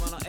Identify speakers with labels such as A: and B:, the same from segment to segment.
A: もの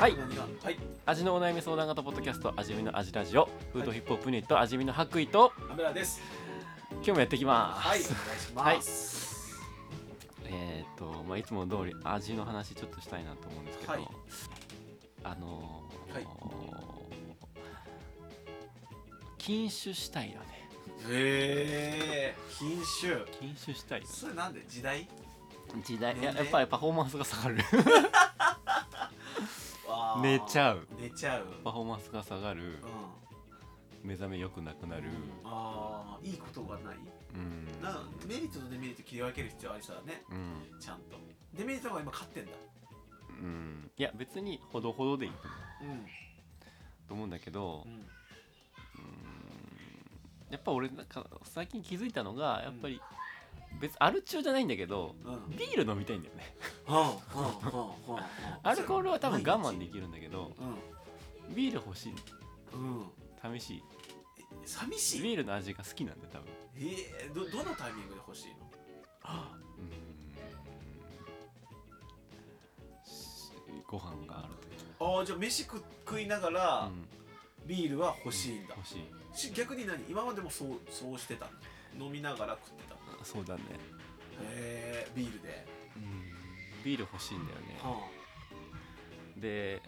B: はい
C: はい
B: 味のお悩み相談型ポッドキャスト味見の味ラジオフードヒップホップユニット味見の白衣と
C: アメラです
B: 今日もやっていきます
C: はいお願いします
B: えっ、と、まあ、いつも通り味の話ちょっとしたいなと思うんですけど、
C: はい
B: あのー
C: はい
B: 禁酒したいよね
C: へえ品種
B: 禁酒したいよね
C: それなんで時代
B: 時代いや
C: ね
B: やっぱりパフォーマンスが下がる
C: わー
B: 寝ちゃう
C: 寝ちゃう
B: パフォーマンスが下が
C: う
B: る
C: ん
B: 目覚め良くなくなる
C: あーいいことがない
B: うん
C: なメリットとデメリット切り分ける必要ありそうだね
B: うん
C: ちゃんとデメリットの方が今勝ってんだ
B: うんいや別にほどほどでいい
C: うん
B: と思うんだけど、
C: うん
B: やっぱ俺なんか最近気づいたのがやっぱり別アル中じゃないんだけど
C: うんうんうん
B: ビール飲みたいんだよね
C: うんうん
B: アルコールは多分我慢できるんだけど
C: う
B: ビール欲しい
C: んうん
B: 試し
C: 寂
B: い
C: しい
B: ビールの味が好きなんだよ多分
C: えー、どどのタイミングで欲しいの
B: うんしご飯がある時
C: ああじゃあ飯食食いながら、
B: うん
C: ビールは欲しいんだ
B: 欲しい
C: し逆に何今までもそうそうしてたの飲みながら食ってた
B: あそうだね
C: へえー、ビールで
B: うんビール欲しいんだよね
C: は
B: で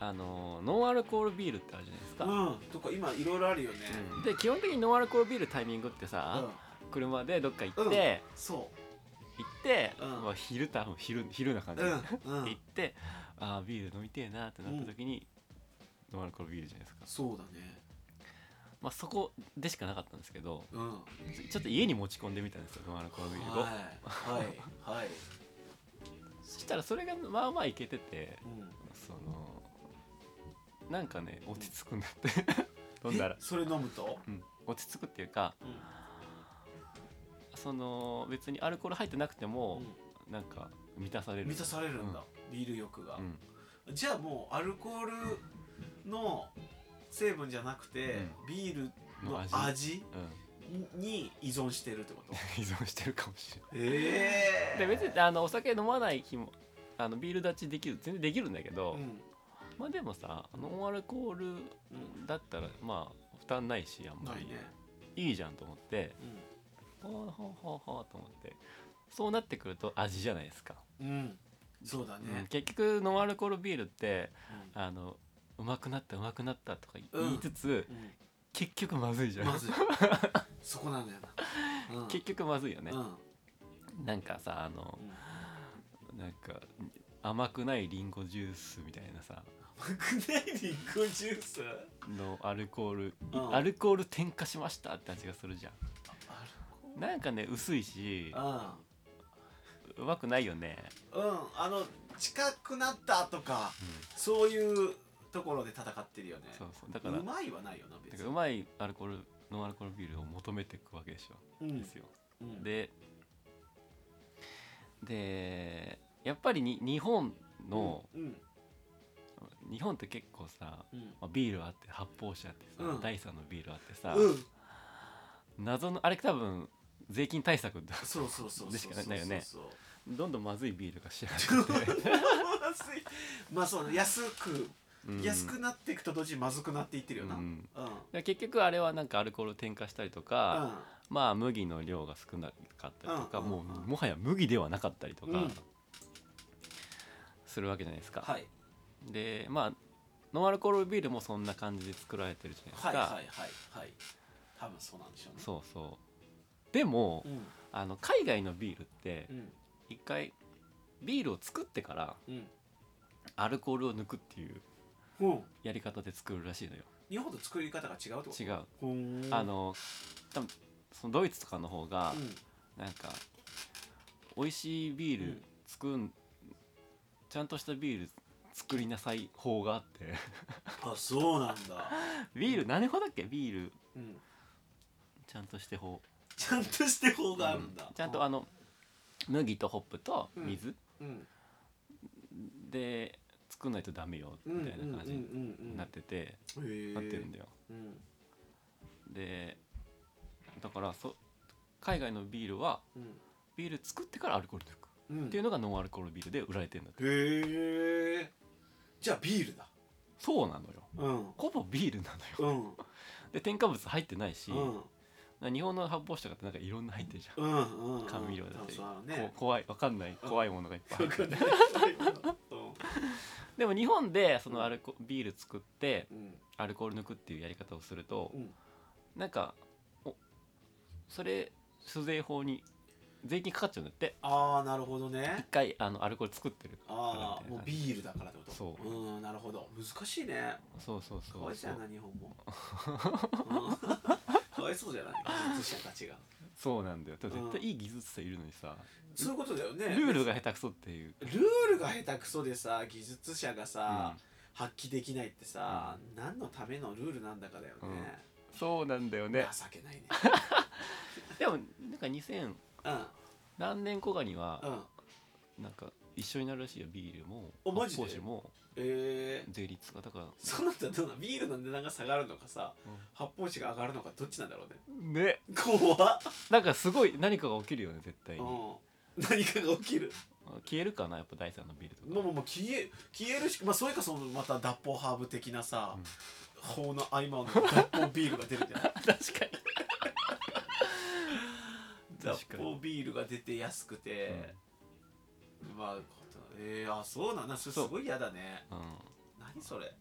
B: あのノンアルコールビールってあるじゃないです
C: あ
B: か、
C: うんとか今いろいろあるよね、
B: で基本的にノンアルコールビールタイミングっ
C: う
B: て
C: ん
B: さ、車でどっか行って、
C: うん
B: 行っ
C: そ
B: て、
C: うん
B: まあ、昼多分昼昼な感
C: う
B: じ、
C: うんう
B: 行
C: ん
B: ってあービール飲みてえなってなった時に、ノンアルコールビールじゃないですか、
C: そうだね
B: まあ、そこでしかなかったんですけど
C: うん
B: ちょっと家に持ち込んでみたんですよノンアルコールビールを、
C: はいはいはい
B: そしたらそれがまあまあいけてて
C: うん
B: そのなんかね落ち着くんだって 飲んだら
C: え、それ飲むと
B: うん、落ち着くっていうか
C: うん
B: その別にアルコール入ってなくても、
C: う
B: なんか満たさ
C: ん
B: れる
C: 満たされるんだ、ビール欲が、
B: うん
C: じゃあもうアルコールの成分じゃなくて、ビールの
B: の味
C: 味
B: うん、
C: に依存してるってこと
B: 依存してるかもしれ
C: ええ
B: ないで別にあのお酒飲まない日もあのビール立ちできる全然できるんだけど、
C: うん
B: まあでもさノンアルコール
C: うん
B: だったらまあ負担ないしあんま
C: ない
B: り、
C: ね、
B: いいじゃんと思ってほうほうほうほうと思ってそうなってくると味じゃないですか、
C: うん、うん、そうだ
B: うん
C: ね、
B: 結局ノンアルコールビールって
C: うん
B: あのうまくなったうまくなったとか
C: うん
B: 言いつつ、
C: うん
B: 結局まずいじゃん、
C: まずそこなんだよな、うん、
B: 結局まずいよね
C: う、ん、うん
B: なんかさあのなんか甘くないリンゴジュースみたいなさ
C: 甘くないリンゴジュース
B: のアルコール、
C: うん
B: アルコール添加しましたって味がするじゃ
C: アルコ
B: んなんかね薄いし
C: ール
B: うまくないよね
C: うん、うん、あの近くなったとか、そういうところで戦ってるよね
B: そうそうだから
C: うまいはないよな
B: だ
C: 別
B: か
C: に
B: らうまいアルコールノンアルコールビールを求めていくわけでしょ、
C: うん
B: ですよ
C: うん
B: ででやっぱりに日本の、
C: うん
B: 日本って結構さ
C: うん
B: まあビールあって発泡酒あってさ、
C: うん
B: 第三のビールあってさ、
C: うん
B: 謎のあれ多分税金対策 だ
C: そうそうそうそう
B: でしかないよね
C: そう そ
B: どんどんまずいビールが仕上が ってて
C: うまずいまあそうね安く
B: うん
C: 安くなっていくと同時にまずくなっていってるよな
B: う
C: うんんうん
B: で結局あれはなんかアルコール添加したりとか、まあ麦の量が少なかったりとか、
C: うん
B: もう
C: うん
B: もはや麦ではなかったりとか、
C: うん
B: するわけじゃないですか、
C: はい
B: でまあノンアルコールビールもそんな感じで作られてるじゃないですか、
C: はいはいはいはい多分そうなんでしょうね
B: そうそうでも、
C: うん
B: あの海外のビールって
C: うん
B: 一回ビールを作ってから
C: うん
B: アルコールを抜くっていう
C: うん
B: やり方で作るらしいのよ
C: 日本と作り方が違うってこと
B: 違う
C: ほーん
B: あの多分そのドイツとかの方が
C: うん
B: なんか美味しいビー
C: う
B: ル
C: ん
B: 作ん、ちゃんとしたビール作りなさい法があって
C: あそう なんだ、
B: ビール何法だっけビール
C: うん、
B: ちゃんとして法
C: ちゃんとして方があるんだ、
B: うんちゃんとあの麦とホップと水
C: うん
B: で作んないとダメよ
C: うん
B: みたいな感じ
C: うん
B: に
C: うんうんうん
B: なってて
C: へえ
B: なってるんだよ
C: うん
B: でだからそ海外のビールは
C: うん
B: ビール作ってからアルコール抜く
C: うん
B: っていうのがノンアルコールビールで売られてるんだって
C: へえじゃあビールだ
B: そうなのよ
C: うん
B: ほぼビールなのよ
C: うん
B: で添加物入ってないし、
C: うん
B: 日本の発泡酒とかってなんかいろんな入ってるじゃん、
C: うんうん
B: 甘味料だって、
C: そうある
B: こ
C: ね
B: う怖いわかんない
C: うん
B: 怖いものがいっぱい入
C: わ
B: って
C: か
B: る
C: んない
B: でも日本でそのアルコビール作って
C: うん
B: アルコール抜くっていうやり方をすると
C: うん
B: なんかおそれ酒税法に税金かかっちゃうんだって
C: ああなるほど
B: 一
C: ね
B: 回あのアルコール作ってるから
C: ああ
B: みたい
C: も
B: な
C: うビールだからってこと
B: そう
C: うんなるほど難しいね
B: そうそう
C: か
B: そ
C: わ
B: う
C: いそ
B: そう
C: や
B: う
C: な日本 もうんかわいそうじゃない技術者たちが
B: そうなんだよでも
C: うん
B: 絶対いい技術者いるのにさ
C: そういうことだよね
B: ルールが下手くそっていう、
C: ルールが下手くそでさ技術者がさ、発揮できないってさ、何のためのルールなんだかだよね、
B: そうなんだよね
C: 情けないね
B: でもなんか2000
C: う
B: 何年後かには
C: んうん
B: なんか一緒になるらしいよビールも
C: おマジで
B: 発泡酒も
C: ええ
B: 税率がだから
C: そうなんだどうなんビールの値段が下がるのかさ、
B: うん
C: 発泡酒が上がるのかどっちなんだろうね
B: ね
C: 怖っ、
B: なんかすごい何かが起きるよね絶対
C: う
B: に
C: ん、何かが起きる
B: 消えるかなやっぱ第三のビールとか
C: もうもうもう消え消えるし、まあ、それかそのまた脱法ハーブ的なさ、
B: うん
C: 法の合間の脱法ビールが出るじゃない
B: 確かに確
C: 脱
B: か
C: 法
B: に
C: ビールが出て安くて、まあえー、あそうなんだそれす
B: そう
C: ごい嫌だね
B: うん
C: 何それ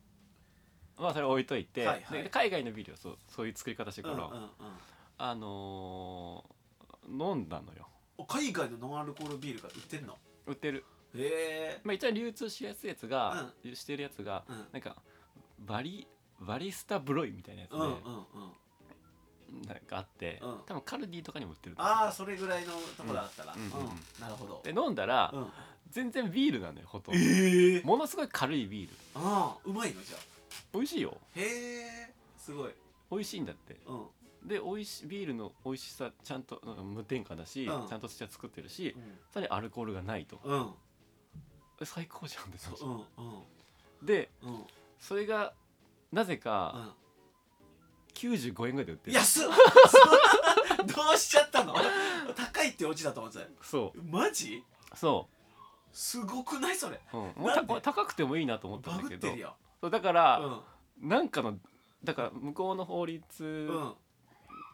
B: まあそれ置いといて、
C: はいはい
B: で海外のビールはそうそういう作り方してる
C: うん
B: か
C: うんう
B: ら、
C: ん
B: あのー、飲んだのよ
C: お海外のノンアルコールビールが売ってんの
B: 売ってる、
C: へえ
B: まあ、一応流通しやすいやつが、してるやつが、
C: うん
B: なんかバリバリスタブロイみたいなやつで、
C: うんうんうん
B: なんかあって、
C: うん
B: 多分カルディとかにも売ってると思う
C: ああそれぐらいのところだったらう、
B: うんんうんうんうん
C: なるほど
B: で飲んだら、
C: うん
B: 全然ビールなのよほとんど
C: ええ
B: ものすごい軽いビール
C: ああうまいのじゃあ
B: 美味しいよ
C: へえすごい
B: 美味しいんだって
C: うんうん
B: で美味しビールの美味しさちゃんとなんか無添加だし、
C: うん
B: ちゃんとして作ってるしさらにアルコールがないと
C: うん
B: え最高じゃんって
C: そううんうん
B: で
C: うんうん
B: それがなぜか95円ぐらいで売ってる
C: 安っどうしちゃったの高いってオチだと思ってた
B: そ
C: マジ
B: うそ
C: すごくないそれ
B: う、うん、もう
C: なん
B: た
C: で
B: これ高くてもいいなと思った
C: バ
B: んだ
C: グ
B: け
C: っ
B: ど
C: てるよ
B: そうだか
C: う
B: ら、
C: ん
B: なんかのだから向こうの法律
C: うん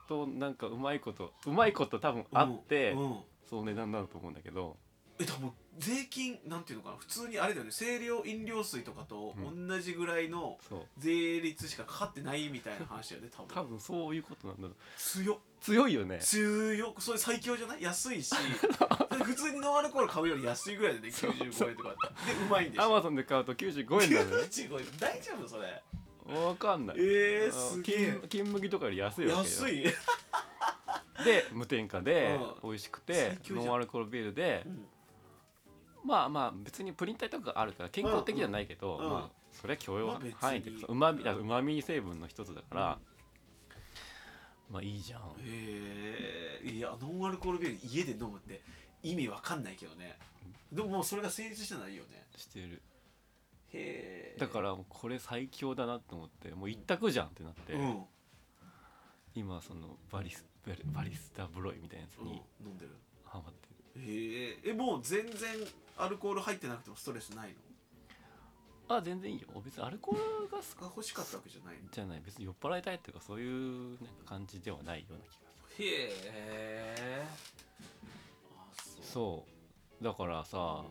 B: となんかうまいことうまいこと多分あって、
C: うんうん
B: その値段になると思うんだけど
C: え多分税金なんていうのかな普通にあれだよね清涼飲料水とかと同じぐらいの
B: そう
C: 税率しかかかってないみたいな話だよね多分
B: 多分そういうことなんだろう
C: 強っ
B: 強いよね
C: 強っそれ最強じゃない安 いし普通にノンアルコール買うより安いぐらいだね95円とかでうまいんでし
B: ア
C: ょ
B: マゾンで買うと95円だね
C: 95円大丈夫それ
B: わかんない
C: え
B: あ
C: ー、すげえ
B: 金金麦とかより安いわけよ
C: 安い
B: で無添加で
C: う
B: 美味しくて
C: 最強じゃ
B: ノ
C: ん
B: ンアルコールビールで
C: う、ん
B: まあまあ別にプリン体とかがあるから健康的じゃないけど、
C: うんうん
B: まあそれは許容
C: まあ別に
B: 範囲でうまみだうまみ成分の一つだから、まあいいじゃん
C: えー、いやノンアルコールビール家で飲むって意味わかんないけどねでももうそれが成立してないよね
B: してる
C: へえ
B: だからもうこれ最強だなと思ってもう一択じゃんってなって、
C: うん、うん、
B: 今そのバリスバリバリスタブロイみたいなやつに
C: 飲んでる
B: ハマってる
C: へええもう全然アルコール入ってなくてもストレスないの
B: あ全然いいよ別にアルコールが好き
C: が欲しかったわけじゃないの
B: じゃない別に酔っ払いたいっていうかそういうなんか感じではないような気がす
C: へえあそう
B: るそうだからさ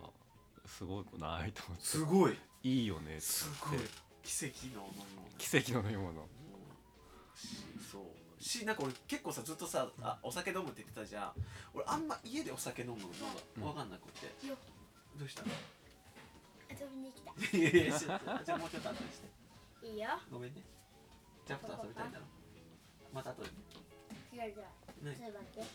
B: すごくないと思って
C: すごい
B: いいよね
C: す
B: と
C: ご
B: 思
C: い
B: って
C: 奇跡の飲み物
B: 奇跡の飲み物
C: そうしなんか俺結構さずっとさあお酒飲むって言ってたじゃん俺あんま家でお酒飲むの
B: うん
C: が分かんなくて、
D: よ
C: どうした
D: 遊びに来た
C: いやいやちょっとじゃあもうちょっと後にして
D: いいよ
C: ごめんねジャンプと遊びたいんだろまた後でね
D: 違う違う
C: ね
D: そういえば待って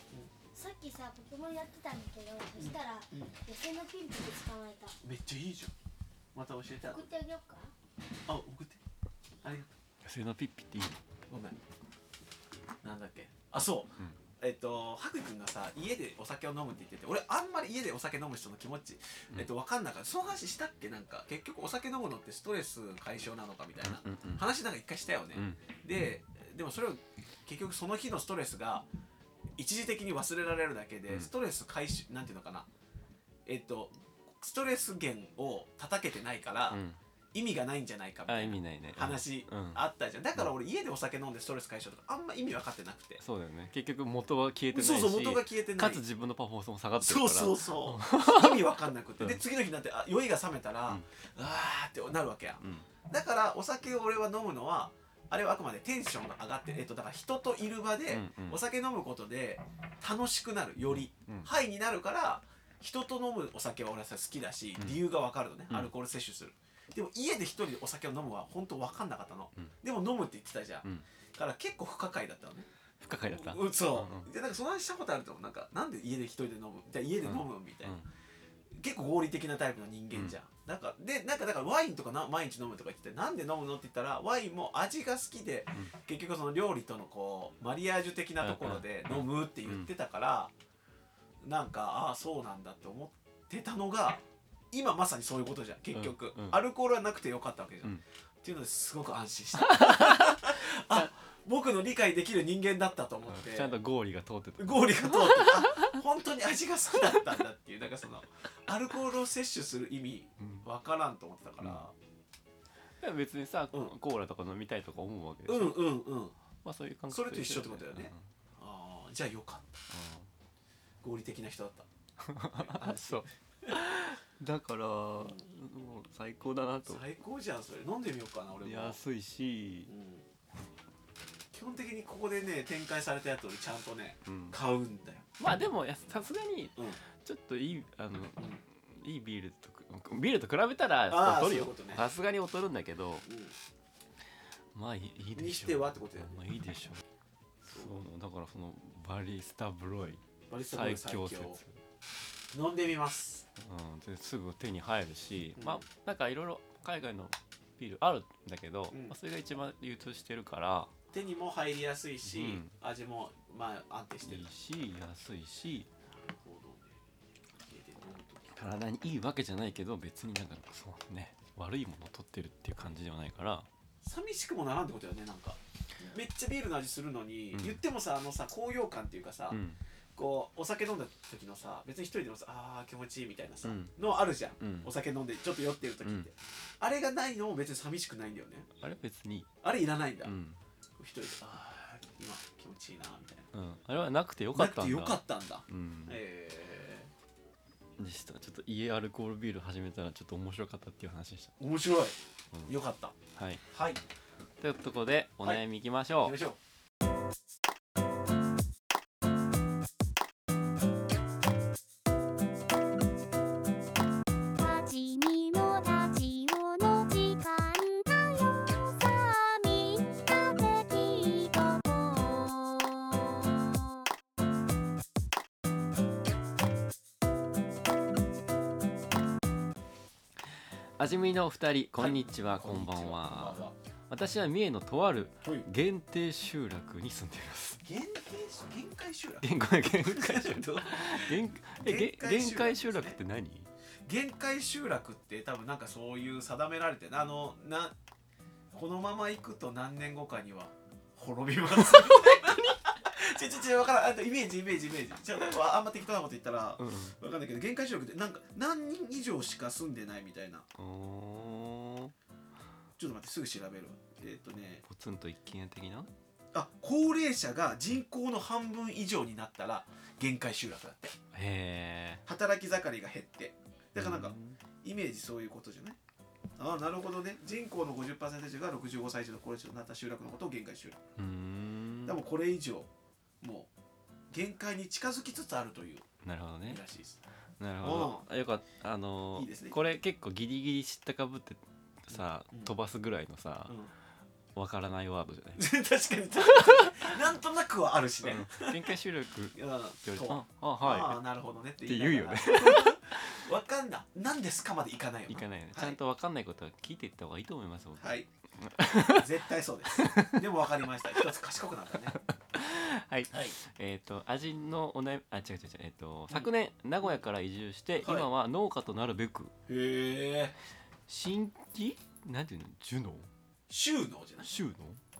D: さっきさポケモンやってたんだけどそしたら
C: うん
D: 野生のピンピン捕まえた
C: めっちゃいいじゃんまた教えてあ
D: 送ってあげようか
C: あ送ってありがと
B: 野生のピッピっていいの
C: うごめんなんだっけあそう、
B: うん
C: えっとハク君がさ家でお酒を飲むって言ってて俺あんまり家でお酒飲む人の気持ち、
B: うん
C: えっと分かんなかったその話したっけなんか結局お酒飲むのってストレス解消なのかみたいな、
B: うんうん
C: 話なんか一回したよね、
B: うん
C: ででもそれを結局その日のストレスが一時的に忘れられるだけで、
B: うん
C: ストレス回収なんていうのかなえっとストレス源を叩けてないから、
B: うん
C: 意味がないんじゃないかみ
B: あ
C: たい
B: 意
C: な
B: 味ないねうん
C: 話
B: うん
C: あったじゃんだから俺家でお酒飲んでストレス解消とかあんま意味分かってなくて
B: そうだよね結局元は消えてないし
C: そうそう元が消えてな
B: か
C: い
B: つ自分のパフォーマンスも下がってるか
C: そうそ
B: ら
C: うそう意味分かんなくて
B: うん
C: で次の日になってあ酔いが覚めたら、う
B: う
C: んあーってなるわけや
B: うん
C: だからお酒を俺は飲むのはあれはあくまでテンションが上がって、えっと、だから人といる場で
B: うんうん
C: お酒飲むことで楽しくなるより、
B: うん
C: ハイになるから人と飲むお酒は俺は好きだし
B: うん
C: 理由が分かるのね、
B: うん
C: アルコール摂取するでも家で一人でお酒を飲むは本当分かんなかったの、
B: うん
C: でも飲むって言ってたじゃん、
B: うん
C: だから結構不可解だったのね
B: 不可解だった
C: うんそうう、
B: ん
C: でなんかその話したことあると思うなんかなんで家で一人で飲むじゃあ家で飲むみたいな、
B: う
C: 結構合理的なタイプの人間じゃん、なんかでなんかだからワインとかな毎日飲むとか言っててなんで飲むのって言ったらワインも味が好きで、
B: う
C: 結局その料理とのこうマリアージュ的なところで飲むって言ってたから、なんかああそうなんだって思ってたのが今まさにそういうことじゃん結局、
B: うんうん
C: アルコールはなくてよかったわけじゃん、
B: うん
C: っていうのですごく安 心したあ僕の理解できる人間だったと思って、
B: んちゃんと合理が通ってた
C: ゴーリが通ってあ本当に味が好きだったんだ っていうなんかそのアルコールを摂取する意味
B: うん
C: わからんと思ってたから、
B: でも別にさ、
C: うん
B: コーラとか飲みたいとか思うわけでし
C: うん、
B: ょ、
C: うんうん
B: まあそういう感覚
C: それと一緒ってことだよね
B: うん
C: あーじゃあよかった合理的な人だった
B: うんあ そうだからもう最高だなと
C: 最高じゃんそれ飲んでみようかな俺も、う
B: 安いし、
C: ん、基本的にここでね展開されたやつ俺ちゃんとね
B: うん
C: 買うんだよ
B: まあでもやさすがに
C: うん
B: ちょっといいあのいいビールとくビールと比べたら
C: あー
B: 劣るよ
C: そういうことね
B: さすがに劣るんだけど
C: うん
B: まあいいいいでしょう
C: にしてはってことだよね
B: まあいいでしょうそうだからそのバリスタブロイ
C: バリスタコー
B: 最
C: ル最強
B: 強説
C: 飲んでみます
B: うん、ですぐ手に入るし、
C: うん
B: まあなんかいろいろ海外のビールあるんだけど、
C: うん
B: まあ、それが一番流通してるから
C: 手にも入りやすいし、
B: うん
C: 味もまあ安定して
B: い
C: る
B: いし安いし
C: 行動で家で飲むとき
B: 体にいいわけじゃないけど別になんかそうね悪いものを取ってるっていう感じではないから
C: 寂しくもならんってことよねなんかめっちゃビールの味するのに、
B: うん
C: 言ってもさあのさ高揚感っていうかさ、
B: うん
C: こうお酒飲んだ時のさ別に一人でもさあー気持ちいいみたいなさ、
B: うん
C: のあるじゃん、
B: うん
C: お酒飲んでちょっと酔ってる時って、
B: うん
C: あれがないのも別に寂しくないんだよね
B: あれは別に
C: あれいらないんだ、
B: うん、
C: 一人であー今気持ちいいなみたいな
B: うん、あれはなくてよかったんだ
C: なくてよかったんだ、
B: うん、
C: え
B: でしたちょっと家アルコールビール始めたらちょっと面白かったっていう話でし
C: ー、面白い、
B: うん
C: よかった
B: たはい
C: はい
B: というとこでお
C: はい
B: 悩みいきまし
C: 行
B: ょ
C: き
B: う、
C: ましょう
E: 立ちにも立ちをの時間だよさあみんなで聞いとこう
B: 味見のお二人こんにちは、こんばんは私は三重のとある
C: はい
B: 限定集落に住んでいます
C: 限定限界集落
B: 限界限界集落
C: どう
B: 限えげ
C: 限界集落
B: 限界集落って何
C: 限界集落って多分なんかそういう定められてあのなこのまま行くと何年後かには 滅びますみたいなちょちょちょ分からんあとイメージイメージイメージちょっとあんま適当なこと言ったら
B: うん
C: 分かんないけど限界集落ってなんか何人以上しか住んでないみたいな
B: おー
C: ちょっと待ってすぐ調べるわえっ、とね
B: ポツンと一軒家的な
C: あ高齢者が人口の半分以上になったら限界集落だって
B: へえ
C: 働き盛りが減ってだからなんか、
B: うん
C: イメージそういうことじゃないああなるほどね人口の50%が65歳以上の高齢者となった集落のことを限界集落、
B: うーん
C: でもこれ以上もう限界に近づきつつあるという
B: なるほどね
C: らしいです
B: なるほどあよかったあのー
C: いいですね
B: これ結構ギリギリ知ったかぶってさ
C: うん
B: 飛ばすぐらいのさ
C: うん
B: わからないワードじゃない
C: 確かに確かになんとなくはあるしね、
B: 限界集落って
C: うん、
B: 言われ
C: と
B: てあ
C: あ
B: あは
C: あなるほどねって
B: っ
C: 分かんな何ですかまでいかないよ
B: い
C: ない
B: かないね
C: はい
B: ちゃんとわかんないことは聞いていった方がいいと思います僕
C: はい絶対そうですでも分かりました一つ賢くなったね
B: はい
C: はい
B: えっと味のお悩みあ違う違う違うえっと昨年名古屋から移住して今は農家となるべく
C: へえ
B: 新規なんていうの樹農
C: 収納じゃない
B: 収納
C: っ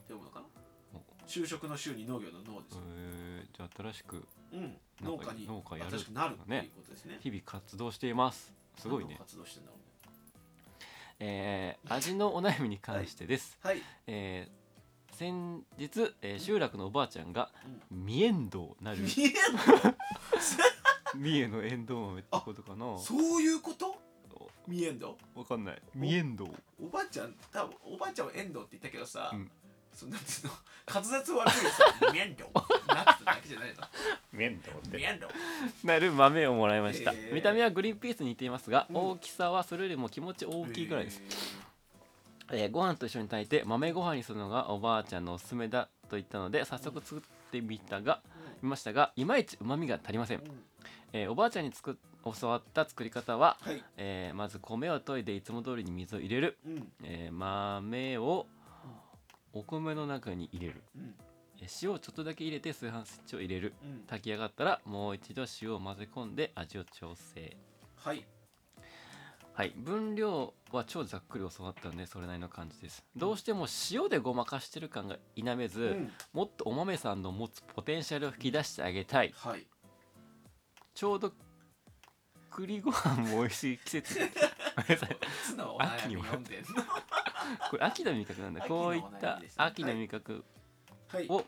C: て思うのかな
B: お
C: 就職の週に農業の農ですよ、
B: えーじゃあ新しく
C: うん、
B: なん
C: 農
B: か
C: 家に
B: 農家やる
C: 新しくなるっていうことですね
B: 日々活動していますすごい
C: 何
B: ね
C: の活動してんだろうね
B: えー味のお悩みに関してです
C: はい
B: えー先日、えー集落のおばあちゃんが三遠道なる
C: 見えん
B: 三重の遠道豆ってことかな
C: のそういうこと見えんの
B: わかんない三遠道
C: おばあちゃん多分おばあちゃんは遠藤って言ったけどさ、
B: うん
C: そんなつうの滑舌悪いさ見えんのなってただけじゃないの
B: 三遠道
C: 見えんの
B: なる豆をもらいました、
C: えー
B: 見た目はグリーンピースに似ていますが、
C: うん
B: 大きさはそれよりも気持ち大きいぐらいです、
C: え
B: えーご飯と一緒に炊いて豆ご飯にするのがおばあちゃんのおすすめだと言ったので早速作ってみたが、見ましたがいまいちうまみが足りません
C: ー、うん
B: えーおばあちゃんに作っ教わった作り方は、
C: はい
B: えーまず米を研いでいつも通りに水を入れる、
C: うん
B: えー豆をお米の中に入れる、
C: うん
B: えー塩をちょっとだけ入れて炊飯スイッチを入れる
C: うん
B: 炊き上がったらもう一度塩を混ぜ込んで味を調整
C: はい
B: はい分量は超ざっくり教わったのでそれなりの感じですどうしても塩でごまかしてる感が否めず、
C: うん
B: もっとお豆さんの持つポテンシャルを引き出してあげたい
C: はい
B: ちょうど栗ご飯も美味しい季節ごめんなさい
C: ツナをお悩み読んでんの
B: これ秋の味覚なん だ
C: 秋のお
B: こう
C: 悩
B: い
C: み
B: った
C: ですね
B: 秋の味覚
C: はい
B: を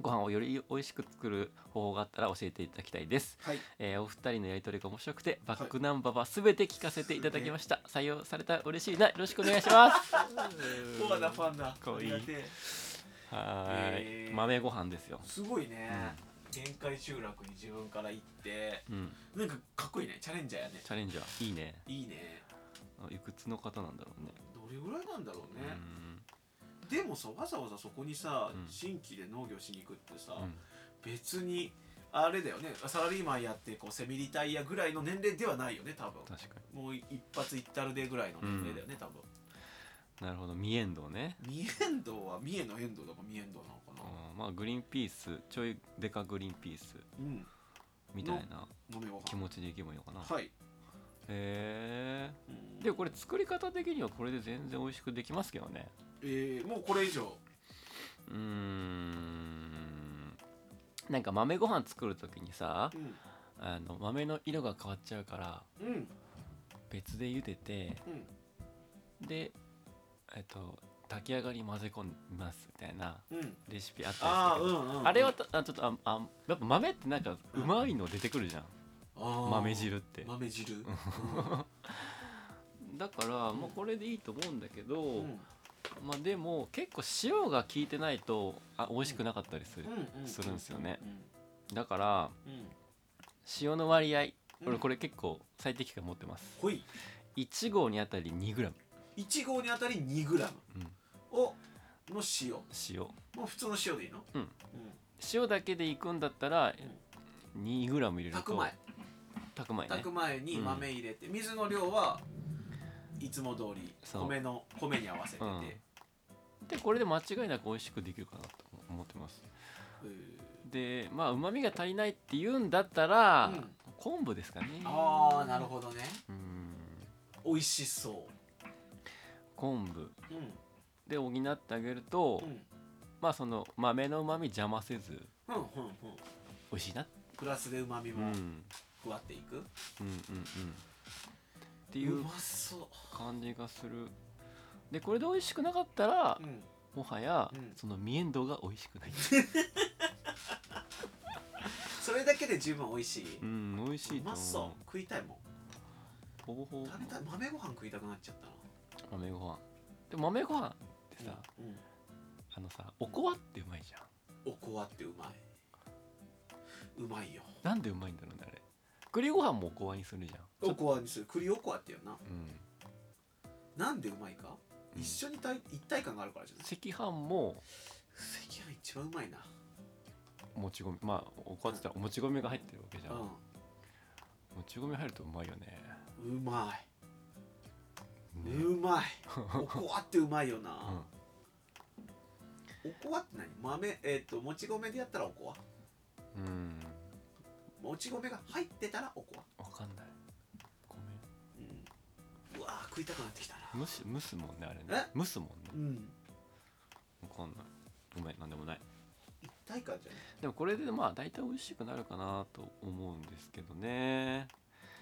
B: ご飯をより美味しく作る方法があったら教えていただきたいです、
C: はい
B: えーお二人のやりとりが面白くてバックナンバーは全て聞かせていただきました、採用されたら嬉しいなよろしくお願いします
C: コアなファンだ
B: かわいい
C: ありがてえ
B: はーい、
C: えー
B: 豆ご飯ですよ
C: すごいね、限界集落に自分から行って
B: うん
C: なんかかっこいいねチャレンジャーやね
B: チャレンジャーいいね
C: いいね
B: あいくつの方なんだろうね
C: どれぐらいなんだろうね、
B: うん
C: でもさわざわざそこにさ、
B: うん
C: 新規で農業しに行くってさ、
B: うん
C: 別にあれだよねサラリーマンやってこうセミリタイヤぐらいの年齢ではないよね多分
B: 確か
C: もう一発一たるでぐらいの年齢だよね、多分
B: になるほど三遠道ね
C: 三重道は三重の遠藤だから三重道なのかな
B: うんまあグリーンピースちょいデカグリーンピース
C: うん
B: みたいな
C: 飲みご
B: 気
C: 飯
B: 持ちでいけばいいのかなへ
C: はい、
B: え
C: うん
B: でもこれ作り方的にはこれで全然美味しくできますけどね
C: えーもうこれ以上
B: うーんなんか豆ご飯作る時にさ
C: うん
B: あの豆の色が変わっちゃうから
C: うん
B: 別で茹でて
C: うん
B: でえっと炊き上がり混ぜ込みますみたいな
C: うん
B: レシピあった
C: ああう
B: りするけど
C: んうん
B: あれはたあちょっとああやっぱ豆ってなんかうまいの出てくるじゃん、
C: あー
B: 豆汁って
C: 豆汁、うん
B: だからもうこれでいいと思うんだけど、
C: うんうん
B: まあでも結構塩が効いてないとあ美味しくなかったりする、
C: うん、
B: するんですよね
C: うん
B: だから
C: うん
B: 塩の割合
C: うん
B: 俺これ結構最適化持ってます
C: ほい
B: 1合にあたり 2g、
C: 1合にあたり 2g
B: うん、
C: をの塩
B: 塩
C: もう普通の塩でいいの
B: うん塩だけでいくんだったら 2g 入れると
C: 炊く前
B: 炊く前ね
C: 炊く前に
B: うん
C: 豆入れて、水の量はいつも通り
B: そう
C: 米の米に合わせてて、
B: うんでこれで間違いなく美味しくできるかなと思ってます
C: え
B: でまあうまみが足りないって言うんだったら、
C: うん
B: 昆布ですかね
C: ーああなるほどね
B: うん
C: 美味しそ
B: 昆布
C: ううん
B: で補ってあげると、
C: うん
B: まあその豆のうまみ邪魔せず
C: うんうんうん
B: 美味しいな、
C: プラスでうまみ
B: うん、うん
C: も加わっていく、
B: うんうんって
C: う
B: いう
C: まそ
B: 感じがするでこれで美味しくなかったら
C: う、う、ん、
B: もはや、
C: うん
B: そのミエンドウが美味しくない
C: それだけで十分美味しい、
B: うん美味しいうと
C: ま
B: 思
C: そう食いたいもん
B: うほぼほぼ
C: 食べたい豆ご飯食いたくなっちゃったな
B: 豆ご飯でも豆ご飯ってさ、
C: うんうん
B: あのさおこわってうまいじゃん
C: おこわってうまいうまいよ
B: なんでうまいんだろうねあれ栗ご飯もおこわにするじゃん
C: おこわにする栗おこわってよな
B: うん
C: なんでうまいか、
B: うん
C: 一緒にたい一体感があるからじゃない
B: 赤飯も
C: 赤飯一番うまいな
B: もち米まあおかつってもち米が入ってるわけじゃん、
C: う
B: もち米入るとうまいよね
C: んうまい
B: ね
C: うま いおこわってうまいよな、
B: う
C: おこわって何豆えっ、ともち米でやったらおこわ
B: ん、うん、
C: もち米が入ってたらおこわ、
B: わかんないごめ
C: うん、うわー食いたくなってきたなん
B: 蒸す蒸すもんねあれね蒸すもん
C: う
B: ね
C: ん
B: わかんないごめんなんでもない
C: 一体感じゃない
B: でもこれでまあ大体美味しくなるかなと思うんですけどね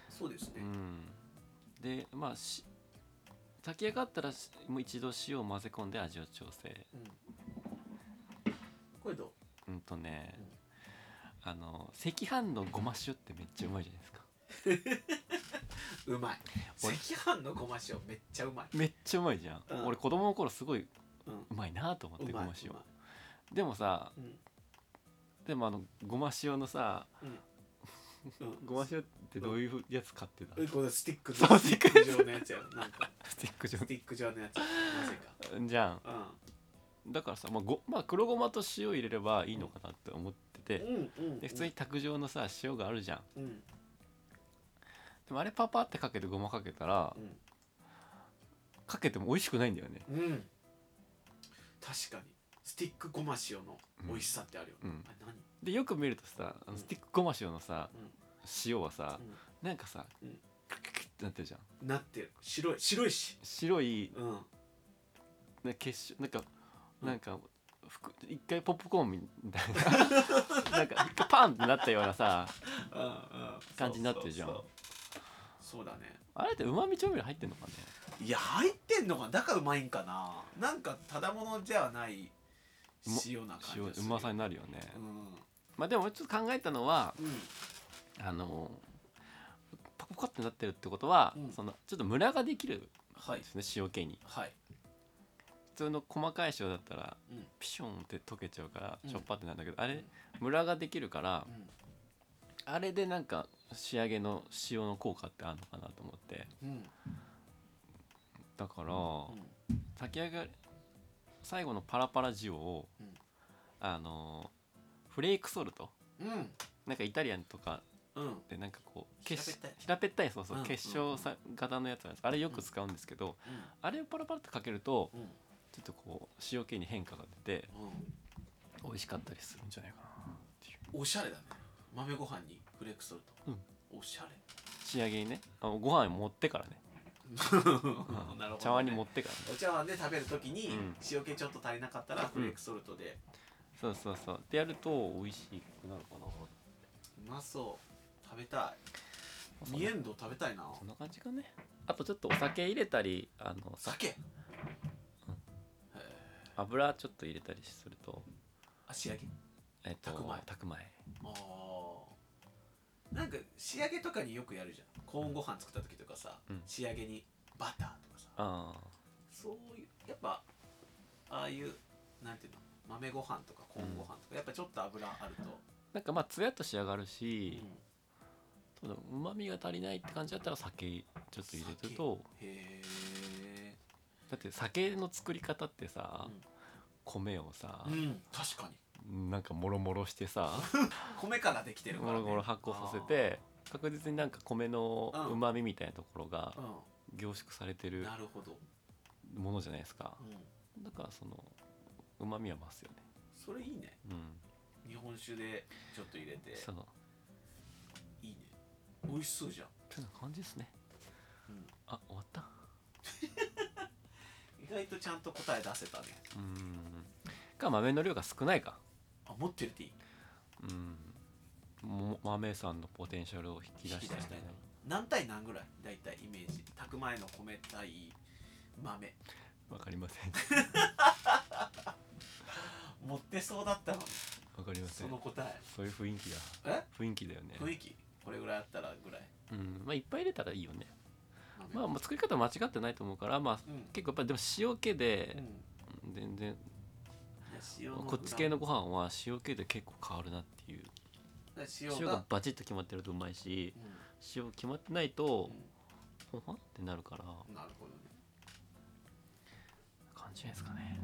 C: そうです
B: う
C: ね、
B: んでまあし炊き上がったらしもう一度塩を混ぜ込んで味を調整
C: うんこれどう
B: うんとねあの赤飯のごま塩ってめっちゃうまいじゃないですか
C: うまい
B: 俺
C: 赤飯のごま塩めっちゃうまい
B: めっちゃうまいじゃん、
C: うん
B: 俺子供の頃すごいう
C: うん
B: まいなと思っ
C: うま
B: て
C: い
B: ご
C: うまい
B: ま塩でもさ
C: うん
B: でもあのごま塩のさ
C: うん
B: ごま塩ってどういうやつ買ってた、
C: うんこのスティック
B: そう
C: のスティック状のやつやろなんか
B: スティック状
C: スティック状のやつなぜ
B: じゃん
C: か
B: だからさ、まあごまあ、黒ごまと塩入れればいいのかなって思って
C: う
B: て、
C: んうんうん
B: で普通に卓上のさ塩があるじゃん
C: うん
B: でもあれパパってかけてごまかけたらかけても美味しくないんだよね
C: うんうん確かにスティックごま塩の美味しさってあるよ
B: う
C: ね
B: ん
C: あれ何
B: でよく見るとさあ
C: う
B: の
C: ん
B: スティックごま塩のさ、
C: うん
B: 塩はさ、なんかさ、
C: うん
B: クククってなってるじゃん
C: うんなってる白い白いし
B: 白い
C: うん
B: な結晶なんか、
C: うん
B: なんかふく一回ポップコーンみたいな なんか一回パンってなったようなさ感じになってるじゃん
C: そうそうそうそうだね
B: あれってうまみ調味料入ってんのかね
C: いや入ってんのかなだからうまいんかななんかただものじゃない塩な
B: 塩
C: 感じ
B: うまさに
C: に
B: なるよね、
C: う
B: まあでもちょっと考えたのは
C: ん、うん、
B: あのパコパコってなってるってことは、
C: うん
B: そのちょっとムラができるんで
C: はい
B: すね塩気に
C: はい
B: 普通の細かい塩だったら、
C: うん
B: ピションって溶けちゃうから
C: うん
B: しょっぱってなるんだけど、あれムラができるからあれでなんか仕上げの塩の効果ってあるのかなと思って
C: うんうん
B: だから、
C: うん
B: 炊き上がり最後のパラパラ塩を、
C: うん
B: あのフレークソルト
C: うん
B: なんかイタリアンとか
C: うん
B: でなんかこう
C: 平べったい
B: 結平べったいそうそう、
C: うん
B: 結晶さ型のやつなんですあれよく使うんですけど、あれをパラパラってかけると
C: うん
B: ちょっとこう塩気に変化が出て
C: うん
B: 美味しかったりするんじゃないかなっていう
C: おしゃれだね豆ご飯にフレークソルト、
B: うん
C: おしゃれ
B: 仕上げにねあのご飯持ってからねう ん
C: なるほどね
B: 茶碗に持ってからね
C: お茶碗で食べるときに
B: うん
C: 塩気ちょっと足りなかったらフレークソルトで、
B: そうそうそうってやると美味しくなるかな
C: うまそう食べたいミエンド食べたいな
B: こんな感じかねあとちょっとお酒入れたりあのさ
C: 酒
B: 油ちょっと入れたりすると
C: あ仕上げ
B: えっと
C: 炊く前
B: 炊く前
C: あーなんか仕上げとかによくやるじゃんコーンご飯作った時とかさ、
B: うん
C: 仕上げにバターとかさ
B: あ
C: そういうやっぱああいうなんていうの豆ご飯とかコーンご飯とか、やっぱちょっと油あると、
B: ーなんかまあつやっと仕上がる
C: うん
B: し、うまみが足りないって感じだったら酒ちょっと入れると
C: 酒へえ
B: だって酒の作り方ってさ、
C: うん
B: 米をさ
C: う、ん確かに
B: なんかもろもろし てさ
C: 米からできてるか
B: も
C: ら、ね、
B: ろもろ発酵させて確実になんか米の
C: うん
B: うまみみたいなところが
C: あー
B: 凝縮されて
C: うん
B: る
C: なるほど、
B: ものじゃないですか
C: うん、
B: だからそのうまみは増すよね
C: それいいね
B: うん
C: 日本酒でちょっと入れて
B: そう
C: いいね美味しそうじゃん、
B: そんな感じですね
C: うん、
B: あ終わった
C: 意外とちゃんと答え出せたね
B: うんか豆の量が少ないか
C: あ持ってるっていい
B: うんも豆さんのポテンシャルを引き出したい
C: 引き出したい何対何ぐらい大体イメージ炊く前の米対豆
B: わかりま せん
C: 持ってそうだったのに
B: わかりませ
C: そ
B: ん
C: の答え
B: そういう雰囲気だ
C: え
B: 雰囲気だよね
C: 雰囲気これぐらいあったらぐらい
B: うんまあいっぱい入れたらいいよね
C: 豆
B: まあ、まあ作り方間違ってないと思うからまあ
C: うん
B: 結構やっぱりでも塩気
C: う
B: で
C: ん
B: 全然
C: 塩の
B: こっち系のご飯は塩気で結構変わるなっていう
C: 塩が
B: 塩がバチッと決まってるとうまいし
C: う
B: 塩決まってないと
C: ん
B: ほんはってなるから
C: うんなるほどね
B: 感じですかね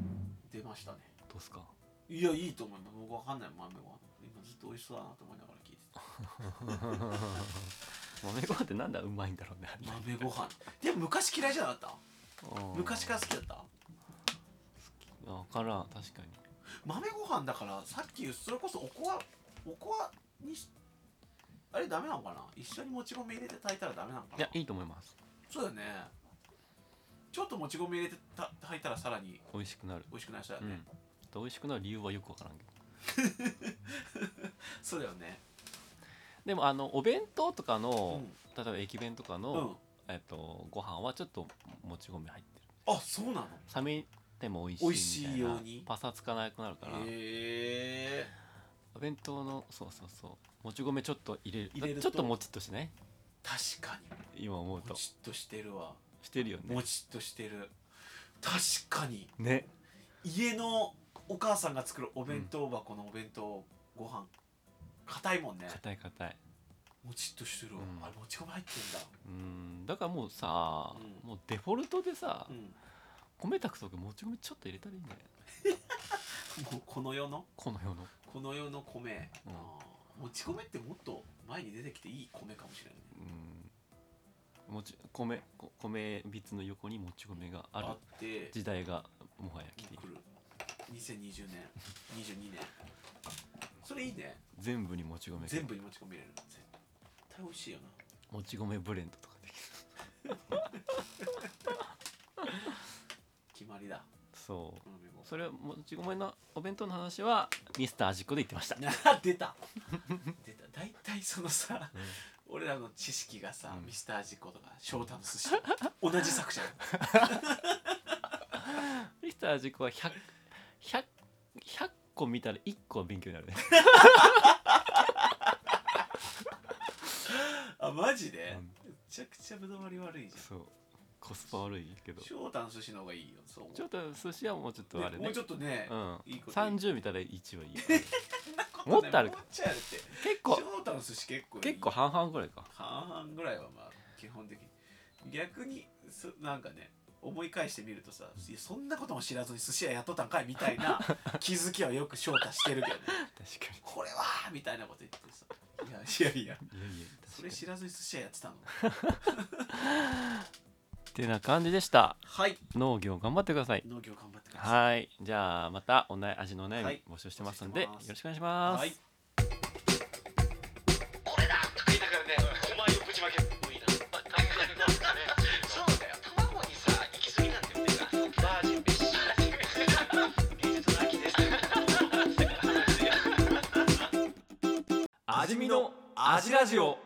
C: 出ましたね
B: どうっすか
C: いやいいと思います僕わかんない豆ご飯今ずっと美味しそうだなと思いながら聞いてた
B: 豆ご飯ってなんだうまいんだろうねあれ
C: 豆ご飯でも昔嫌いじゃなかった
B: うん
C: 昔から好きだった
B: あわからん確かに
C: 豆ご飯だからさっき言うそれこそおこわおこわにしあれダメなのかな一緒にもち米入れて炊いたらダメなのか
B: いや
C: ない
B: いと思います
C: そうだよねちょっともち米入れてた炊いたらさらに
B: 美味しくなる
C: 美味しくなりそうだ
B: う
C: よね、
B: ん美味しくなる理由はよくわからんけど
C: そうだよね
B: でもあのお弁当とか
C: う
B: の、
C: ん、
B: 例えば駅弁とか
C: う
B: の、
C: ん、
B: えっとご飯はちょっともち米入ってる
C: あそうなの
B: 冷めても美
C: 美
B: 味
C: 味
B: しい
C: しい
B: みたいな
C: ように
B: パサつかなくなるから、
C: へえ
B: お弁当のそうそうそうもち米ちょっと入れる
C: 入れると
B: ちょっともちっとしない
C: 確か
B: 今思う
C: にも
B: と
C: ちっとしてるわ
B: してるよね
C: もちっとしてる確かに
B: ね
C: 家のお母さんが作るお弁当箱のお弁当ご飯硬いもんね
B: 硬い硬い
C: もちっとしてるわ、
B: うん
C: あれもち米入ってんだ
B: うんだからもうさ、
C: うん
B: もうデフォルトでさ、
C: うん
B: 米炊くときもち米ちょっと入れたらいいんじゃない
C: もうこの世の
B: この世の
C: この世の米、
B: うん
C: あーもち米ってもっと前に出てきていい米かもしれないね
B: うんもち米こ米びつの横にもち米がある
C: あって
B: 時代がもはや来てい
C: 来
B: る
C: る2020年22年それいいね
B: 全部にもち米が
C: 全部に持ち込み入れる絶対美味しいよな
B: もち米ブレンドとかできる
C: 決まりだ
B: そう
C: このメモ
B: それはもち米のお弁当の話はミスター味っ子で言ってました
C: な 出た出た大体そのさ、俺らの知識がさ、
B: うん
C: ミスタージコとか翔太の寿司同じ作 者よ
B: ミスター味っ子は100 100 100個見たら1個は勉強になるね
C: あマジで、
B: うん
C: めちゃくちゃぶどまり悪いじ
B: そうコスパ悪いけ
C: ゃ
B: ど
C: ん翔太の寿司の方がいいよそう思う
B: ちょっと寿司はもうちょっとあ
C: ね
B: れ
C: も
B: ね
C: うちょっとね、
B: うん
C: いいこと言う
B: 30見たら1はいい
C: そんなこ
B: も
C: と
B: っとある
C: ねもっちゃあるって
B: 結
C: 翔
B: 構
C: 太の寿司結構いい
B: 結構半々ぐらいか
C: 半々ぐらいはまあ基本的に逆にそなんかね思い返してみるとさいやそんなことも知らずに寿司屋やっとったんかいみたいな気づきはよく翔太してるけどね
B: 確か
C: これはみたいなこと言ってさいやいやいや
B: にいやいや
C: そ
B: 確か
C: れ
B: に
C: 知らずに寿司屋やってたの
B: ってな感じでした
C: はい
B: 農業頑張ってください
C: 農業頑張ってくださ
B: はいじゃあまたおな味のお悩
C: は
B: み
C: い
B: 募集してますんで、
C: 募集してます
B: よろしくお願いし
C: い
B: ます、
C: はい
B: 味見の味ラジオ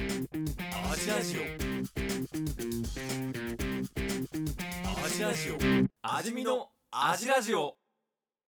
B: ジラジオアジラジオ味見のアジラジオ